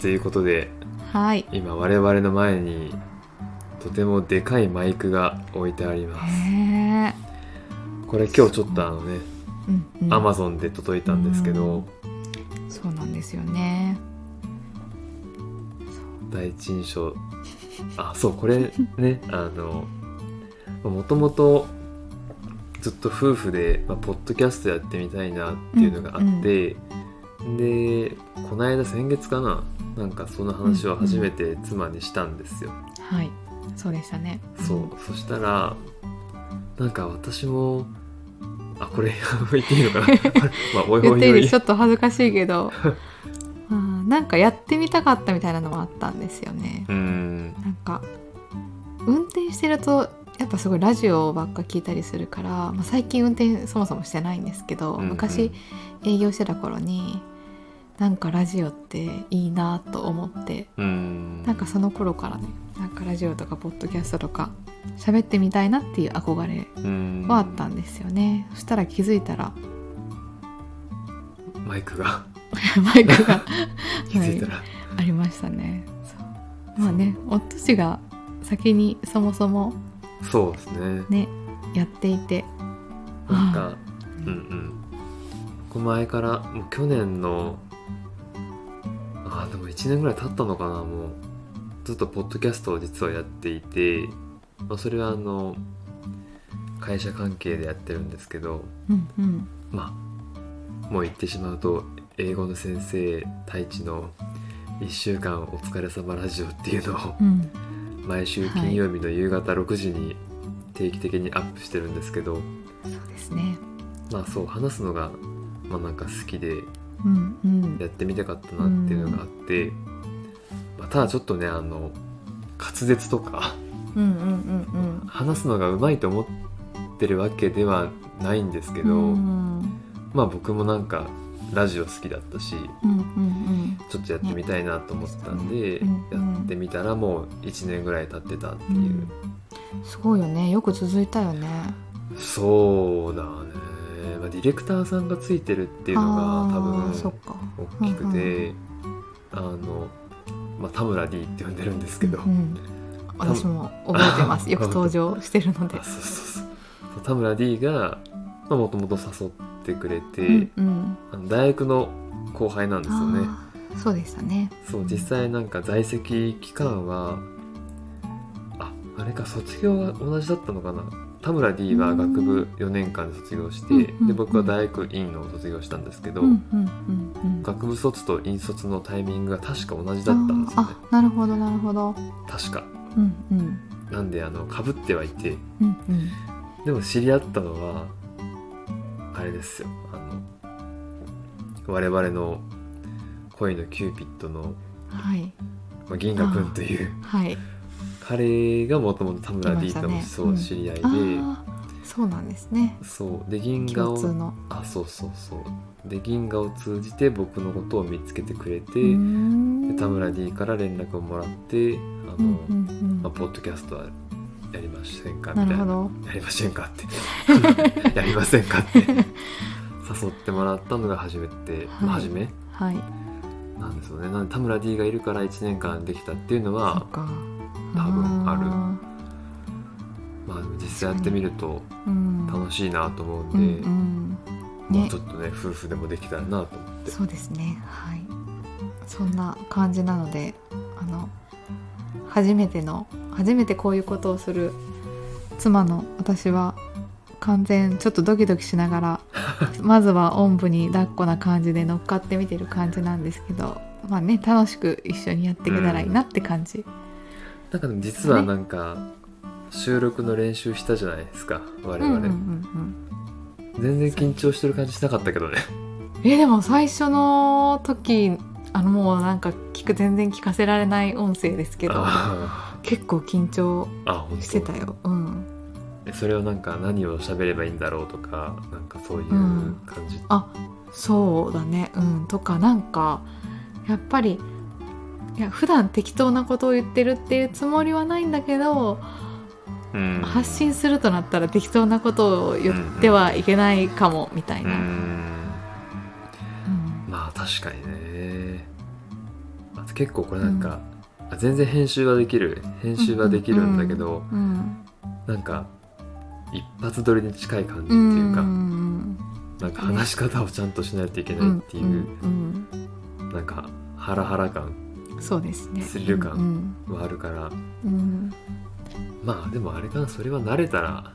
ということではい。今我々の前にとてもでかいマイクが置いてありますへえ。これ今日ちょっとあのねうん、うん。 Amazon で届いたんですけどそうなんですよね。第一印象あそうこれね あのもともとずっと夫婦で、まあ、ポッドキャストやってみたいなっていうのがあって、でこの間先月かななんかその話を初めて妻にしたんですよ、はい。そうでしたね。そうそしたらなんか私もあこれ 言っていいのかなまあおい言おっいていおいでいすちょっと恥ずかしいけどあーなんかやってみたかったみたいなのもあったんですよねうんなんか運転してるとやっぱすごいラジオばっか聞いたりするから、まあ、最近運転そもそもしてないんですけど、うんうん昔営業してた頃になんかラジオっていいなと思ってうんなんかその頃からねなんかラジオとかポッドキャストとか喋ってみたいなっていう憧れうんはあったんですよね、そしたら気づいたら マイクがマイクが 気づいたら、ありましたねそうまあねおとしが先にそもそもそうですねねやっていてなんはか、うんうん。ここ前から、もう去年の、あーでも1年ぐらい経ったのかな、もう。ずっとポッドキャストを実はやっていて、まあ、それはあの、会社関係でやってるんですけど、うんうんまあ、もう言ってしまうと、英語の先生、太一の1週間お疲れ様ラジオっていうのを、 うん毎週はい金曜日の夕方6時に定期的にアップしてるんですけど、そうですねまあそう話すのが、まあ、なんか好きでうんうんやってみたかったなっていうのがあって、まあ、ただちょっとねあの滑舌とかうんうんうん話すのがうまいと思ってるわけではないんですけうんうど、んまあ僕もなんかラジオ好きだったしうんうんちょっとやってみたいなと思ってたんで、うんうんやってみたらもう1年ぐらい経ってたってういう、んすごいよねよく続いたよねそうだね、まあ、ディレクターさんがついてるっていうのが多あ分ーそっか大きくて、あの、まあ、田村 D って呼んでるんですけど、うんうん私も覚えてますよく登場してるのであ そうそうそうそう田村 D がもともと誘ってくれて、うんうんあの大学の後輩なんですよねあーそうでしたねそう実際なんか在籍期間はああれか卒業は同じだったのかな田村 D は学部4年間で卒業して、うんうんで僕は大学院を卒業したんですけど、うんうんうんうん学部卒と院卒のタイミングが確か同じだったんですよねあーあなるほどなるほど確かうんうんなんであのかぶってはいてうんうんでも知り合ったのはあれですよあの我々の恋のキューピッドの、はいまあ、銀河君というはい彼がもともと田村 D といもましたそねううん知り合いで、ああそうなんですねそうで銀河共通をのあそうそうそうで銀河を通じて僕のことを見つけてくれて、うーんで田村 D から連絡をもらってあの、うんうんうまあ、んポッドキャストはやりませんかみたないるなほどやりませんかって やりませんかって誘ってもらったのが初めて、はいまあ初めはいなんですよねなんで田村 D がいるから1年間できたっていうのそはっか多分あるるまあ、実際やってみるとうん楽しいなと思うんうで、んうんもうねちょっとね夫婦でもできたらなと思ってそうですねはいそんな感じなのであの初めての初めてこういうことをする妻の私は完全ちょっとドキドキしな がらまずはおんぶに抱っこな感じで乗っかってみてる感じなんですけどまあね楽しく一緒にやっていけたらいいなって感じ、なんかでも実はなんか、収録の練習したじゃないですか我うんうん々、うんうん全然緊張してる感じしなかったけどねえでも最初の時あのもうなんか聞く全然聞かせられない音声ですけどあ結構緊張ーあ本して当たようんえそれをなんか何を喋ればいいんだろうとかなんかそういううん感じ、そうだねうんとかなんかやっぱりいや普段適当なことを言ってるっていうつもりはないんだけど、うん発信するとなったら適当なことを言ってはいけないかもみたいうな、うんんまあ確かにね、まあ、結構これなんか、あ全然編集はできる編集はできるんだけど、うんなんか一発撮りに近い感じってういうか、んなんか話し方をちゃんとしないといけうないんっていう、うんなんかハラハラ感うんそうですねスリル感うんはあるからうんまあでもあれかなそれは慣れたら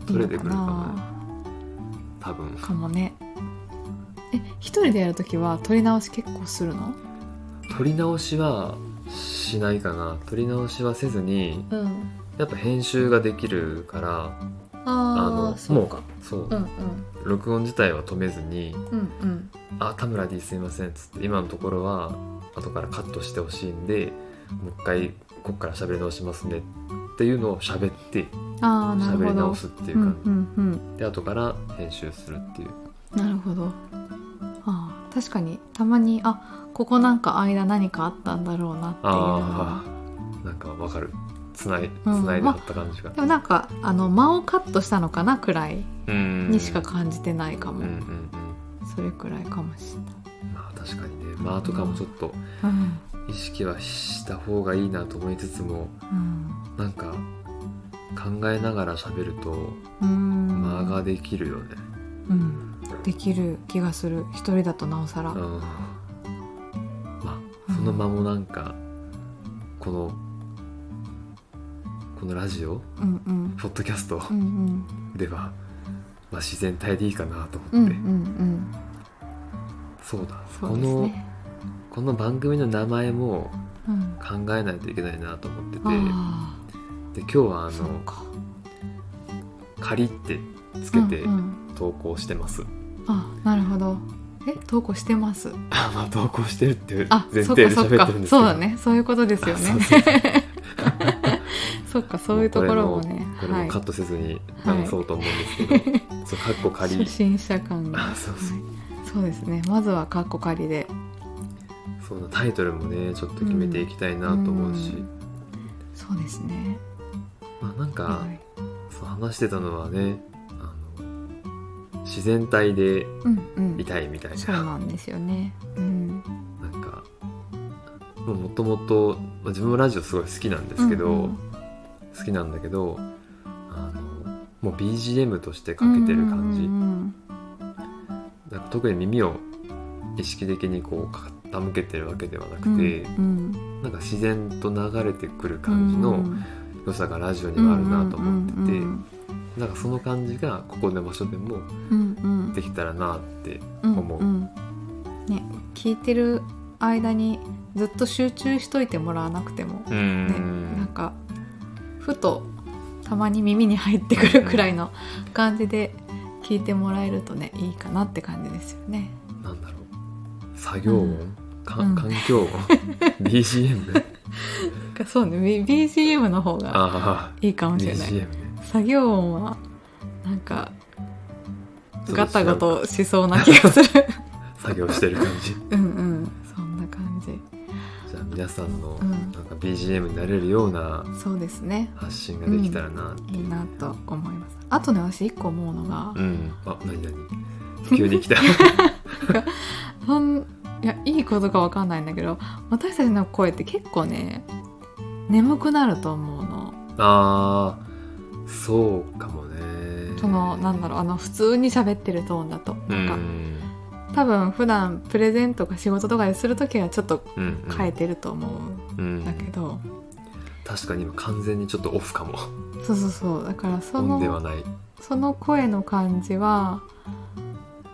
いい取れのてかくるかもねな多分かもねえ一人でやるときは撮り直し結構するの撮り直しはしないかな撮り直しはせずにうんやっぱ編集ができるからあのあそうかそう、うん録音自体は止めずにうんうんうん「あ田村 D すいません」っつって今のところは後からカットしてほしいんでもう一回こっから喋り直しますねっていうのを喋ってああなる喋ほりど直すっていううんう感じ、んうんで後から編集するっていうなるほどああ確かにたまにあここなんか間何かあったんだろうなっていうああなんかわかるつないつうんないであった感じが、でもなんかあの間をカットしたのかなくらいうんにしか感じてないかうんも、うんうんそれくらいかもしれない、まあ確かにねまあとかもちょっとうん意識はした方がいいなと思いつつもうんなんか考えながら喋るとうん間ができるよねうん、できる気がする一人だとなおさら、うんまあその間もなんかこのこのラジオうんうんポッドキャストうんうんでは、まあ、自然体でいいかなとうんう思んって、うんそうだそうでこすのねこの番組の名前もうん考えないといけないなと思ってあてで今日はああそうのか「仮」ってつけてうんうん、投稿してます、 あなるほどえ投稿してますあまあ投稿してるっていうあ前そっ提でかそっ喋っかてるんですけどそうだねそういうことですよあね そうそうそうそっかそういうところもねこれはもいカットせずに流そうと思うんですけど、そうかっこ仮初心者感が、はあそうそうい、そうですねまずはカッコ仮でそうだタイトルもねちょっと決めていきたいなと思うし、んそうですねまあ、なんか、はいそう話してたのはねあの自然体でうんうんいたいみたいそうななんです よねうんなんかもともと自分もラジオすごい好きなんですけど、うんうん好きなんだけどあのもう BGM としてかけてる感じ、うんうんなんか特に耳を意識的にこう傾けてるわけではなうんうくんて、うんなんか自然と流れてくる感じの良さがラジオにはあるなと思ってて、うんなんかその感じがここの場所でもうんうんできたらなってうん思ううんね聞いてる間にずっと集中しといてもらわなくてもうね、なんかふとたまに耳に入ってくるくらいの感じで聞いてもらえるとねいいかなって感じですよね。なんだろう作業音、うんかうん環 境音 BGM なんかそうね B- BGM の方があいいかあもしれない。 BGM ね作業音はなんかそうガタガタしそうな気がする。作業してる感じ うんうんそんな感じ。じゃあ皆さんのうんなんか BGM になれるようなそうですね。発信ができたらな、いいなと思います。あとね私一個思うのがうん、あ何何急に 来たそんいやいいことかわかんないんだけど私たちの声って結構ね眠くなると思うの。あーそうかもねそのなんだろうあの普通に喋ってるトーンだとうなんか、ん多分普段プレゼンとか仕事とかでする時はちょっとうんうん変えてると思ううんんだけど、確かに今完全にちょっとオフかもそうそうそうだからそオンではのないその声の感じは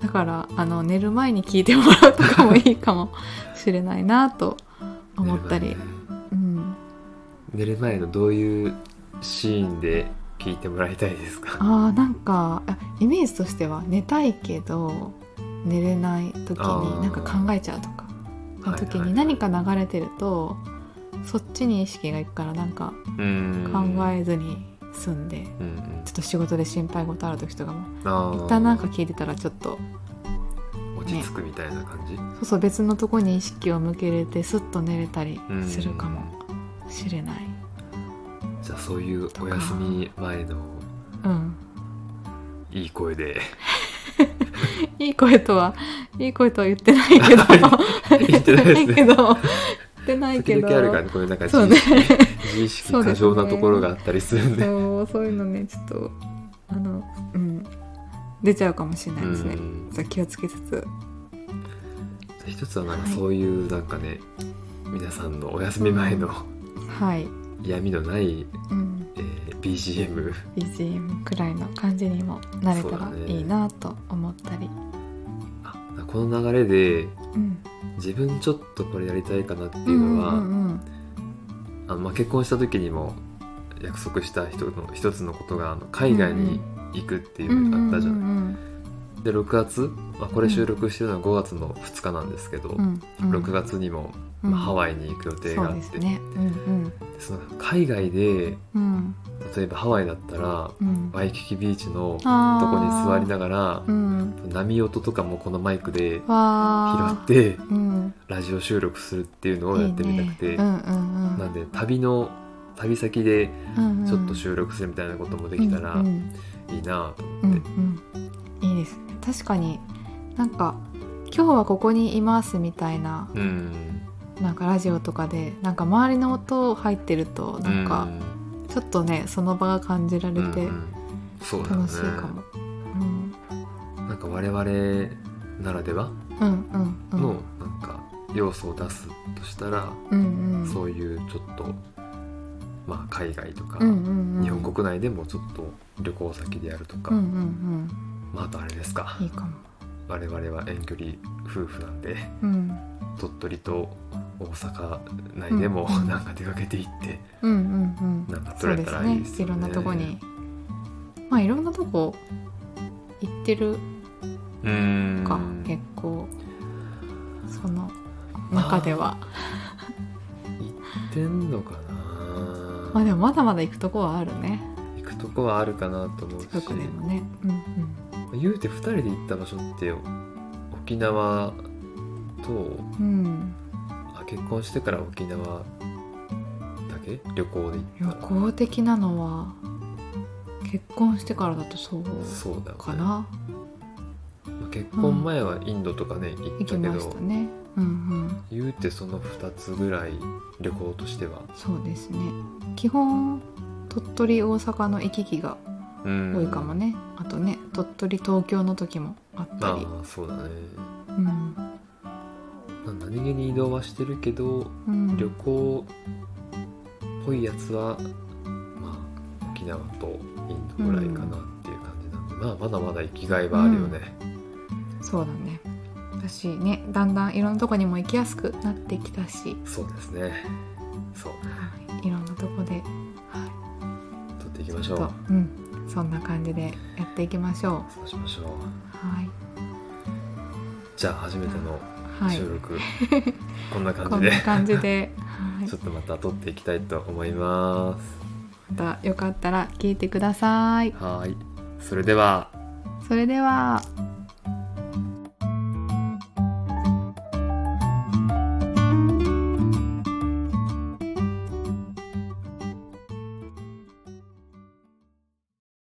だからあの寝る前に聞いてもらうとかもいいかもしれないなと思ったり、うん、寝る前のどういうシーンで聞いてもらいたいですかあーなんかあイメージとしては寝たいけど寝れない時あーになんか考えちゃうとかはいのはい時に何か流れてると、そっちに意識がいくからなんかうん考えずに済んで、うんうんちょっと仕事で心配事ある時とかもあー一旦なんか聞いてたらちょっと落ち着くみたいな感じ、そうそう別のとこに意識を向けれてスッと寝れたりうんするかもしれない。じゃあそういうお休み前のうん いい声でいい声とは、いい声とは言ってないけど、 言ってないですね 言ってないけど、ってない時けど々あるからねこういうなんか自そうね自意識過剰なところがあったりするんでそうそういうのねちょっとあのうん出ちゃうかもしれなういですね、んじゃあ気をつけつつ一つはなんかはいそういうなんかね、皆さんのお休み前のはい、闇のない、うん、えー BGM BGM くらいの感じにもなれたそうらだねいいなと思ったりあこの流れでうん自分ちょっとこれやりたいかなってういうんのは、うんうんあのまあ、結婚した時にも約束した人の一つのことがあの海外に行くっていうのがあったじゃない、うんで6月、まあ、これ収録してるのは5月の2日なんですけど、うんうん6月にも、まあ、ハイワイに行く予定があって、そうですねうんでその海外でうんうん例えばハワイだったらうんワイキキビーチのあーとこに座りながらうん波音とかもこのマイクで拾わっーてうんラジオ収録するっていうのをやってみたくていいねうんうんうんなんで旅の旅先でうんうんちょっと収録するみたいなこともできたらうんうんいいなと思うっんて、うんいいですね確かになんか今日はここにいますみたいなうんなんかラジオとかでなんか周りの音入ってるとなんかちょっとねその場が感じられうんうんうてんそうだよね楽しいかも、うんなんか我々ならではうんうんうんのなんか要素を出すとしたら、うんうんそういうちょっとまあ海外とか、うんうんうん日本国内でもちょっと旅行先でやるとか、うんうんまあ、あとあれですかうんいいかも我々は遠距離夫婦なんで うん鳥取と大阪内でもうんなんか出かけていって、うんうんうんなんかそう取れでたすらいいねですいよねろんなとこにまあいろんなとこ行ってるうーんか結構その中では行ってんのかな、まあでもまだまだ行くとこはあるね行くとこはあるかなと思うし近くでもねうんうん言うて2人で行った場所って沖縄とうん、あ結婚してから沖縄だけ旅行で旅行った行的なのは結婚してからだとそうそうだよねかなまあ結婚前はインドとかね、行行っきたけまどしたねうんうん言うてその2つぐらい旅行としては、そうですね基本鳥取大阪の行き来がうん多いかもね、あとね鳥取東京の時もあったりああそうだねうん、まあ何気に移動はしてるけどうん、旅行っぽいやつはまあ沖縄とインドぐらいかなっていう感じなんで、まあまだまだ生きがいはあるよね、そうだね私ねだんだんいろんなとこにも行きやすくなってきたし、そうですねそうはい、いろんなとこで、はい、取っていきましちょょっうと、うん、そんな感じでやっていきましょそうしましょうう。はい、じゃあ初めてのはい収、 録、こんなこ感んじでな感じで、は いちょ、っとまた撮っていきたいと思います。またよかったら聞いてください。はい。それでは、それでは。